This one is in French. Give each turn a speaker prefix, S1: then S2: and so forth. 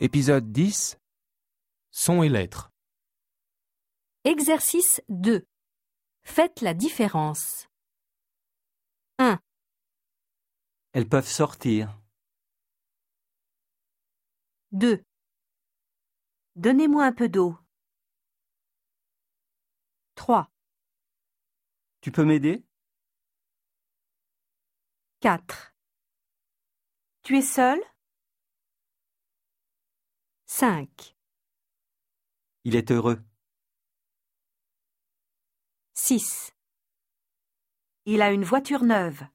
S1: Épisode 10
S2: Sons et lettres.
S3: Exercice 2. Faites la différence.
S4: Elles peuvent sortir.
S3: 2. Donnez-moi un peu d'eau. 3,
S4: Tu peux m'aider
S3: 4. Tu es seul 5,
S4: Il est heureux.
S3: 6. Il a une voiture neuve.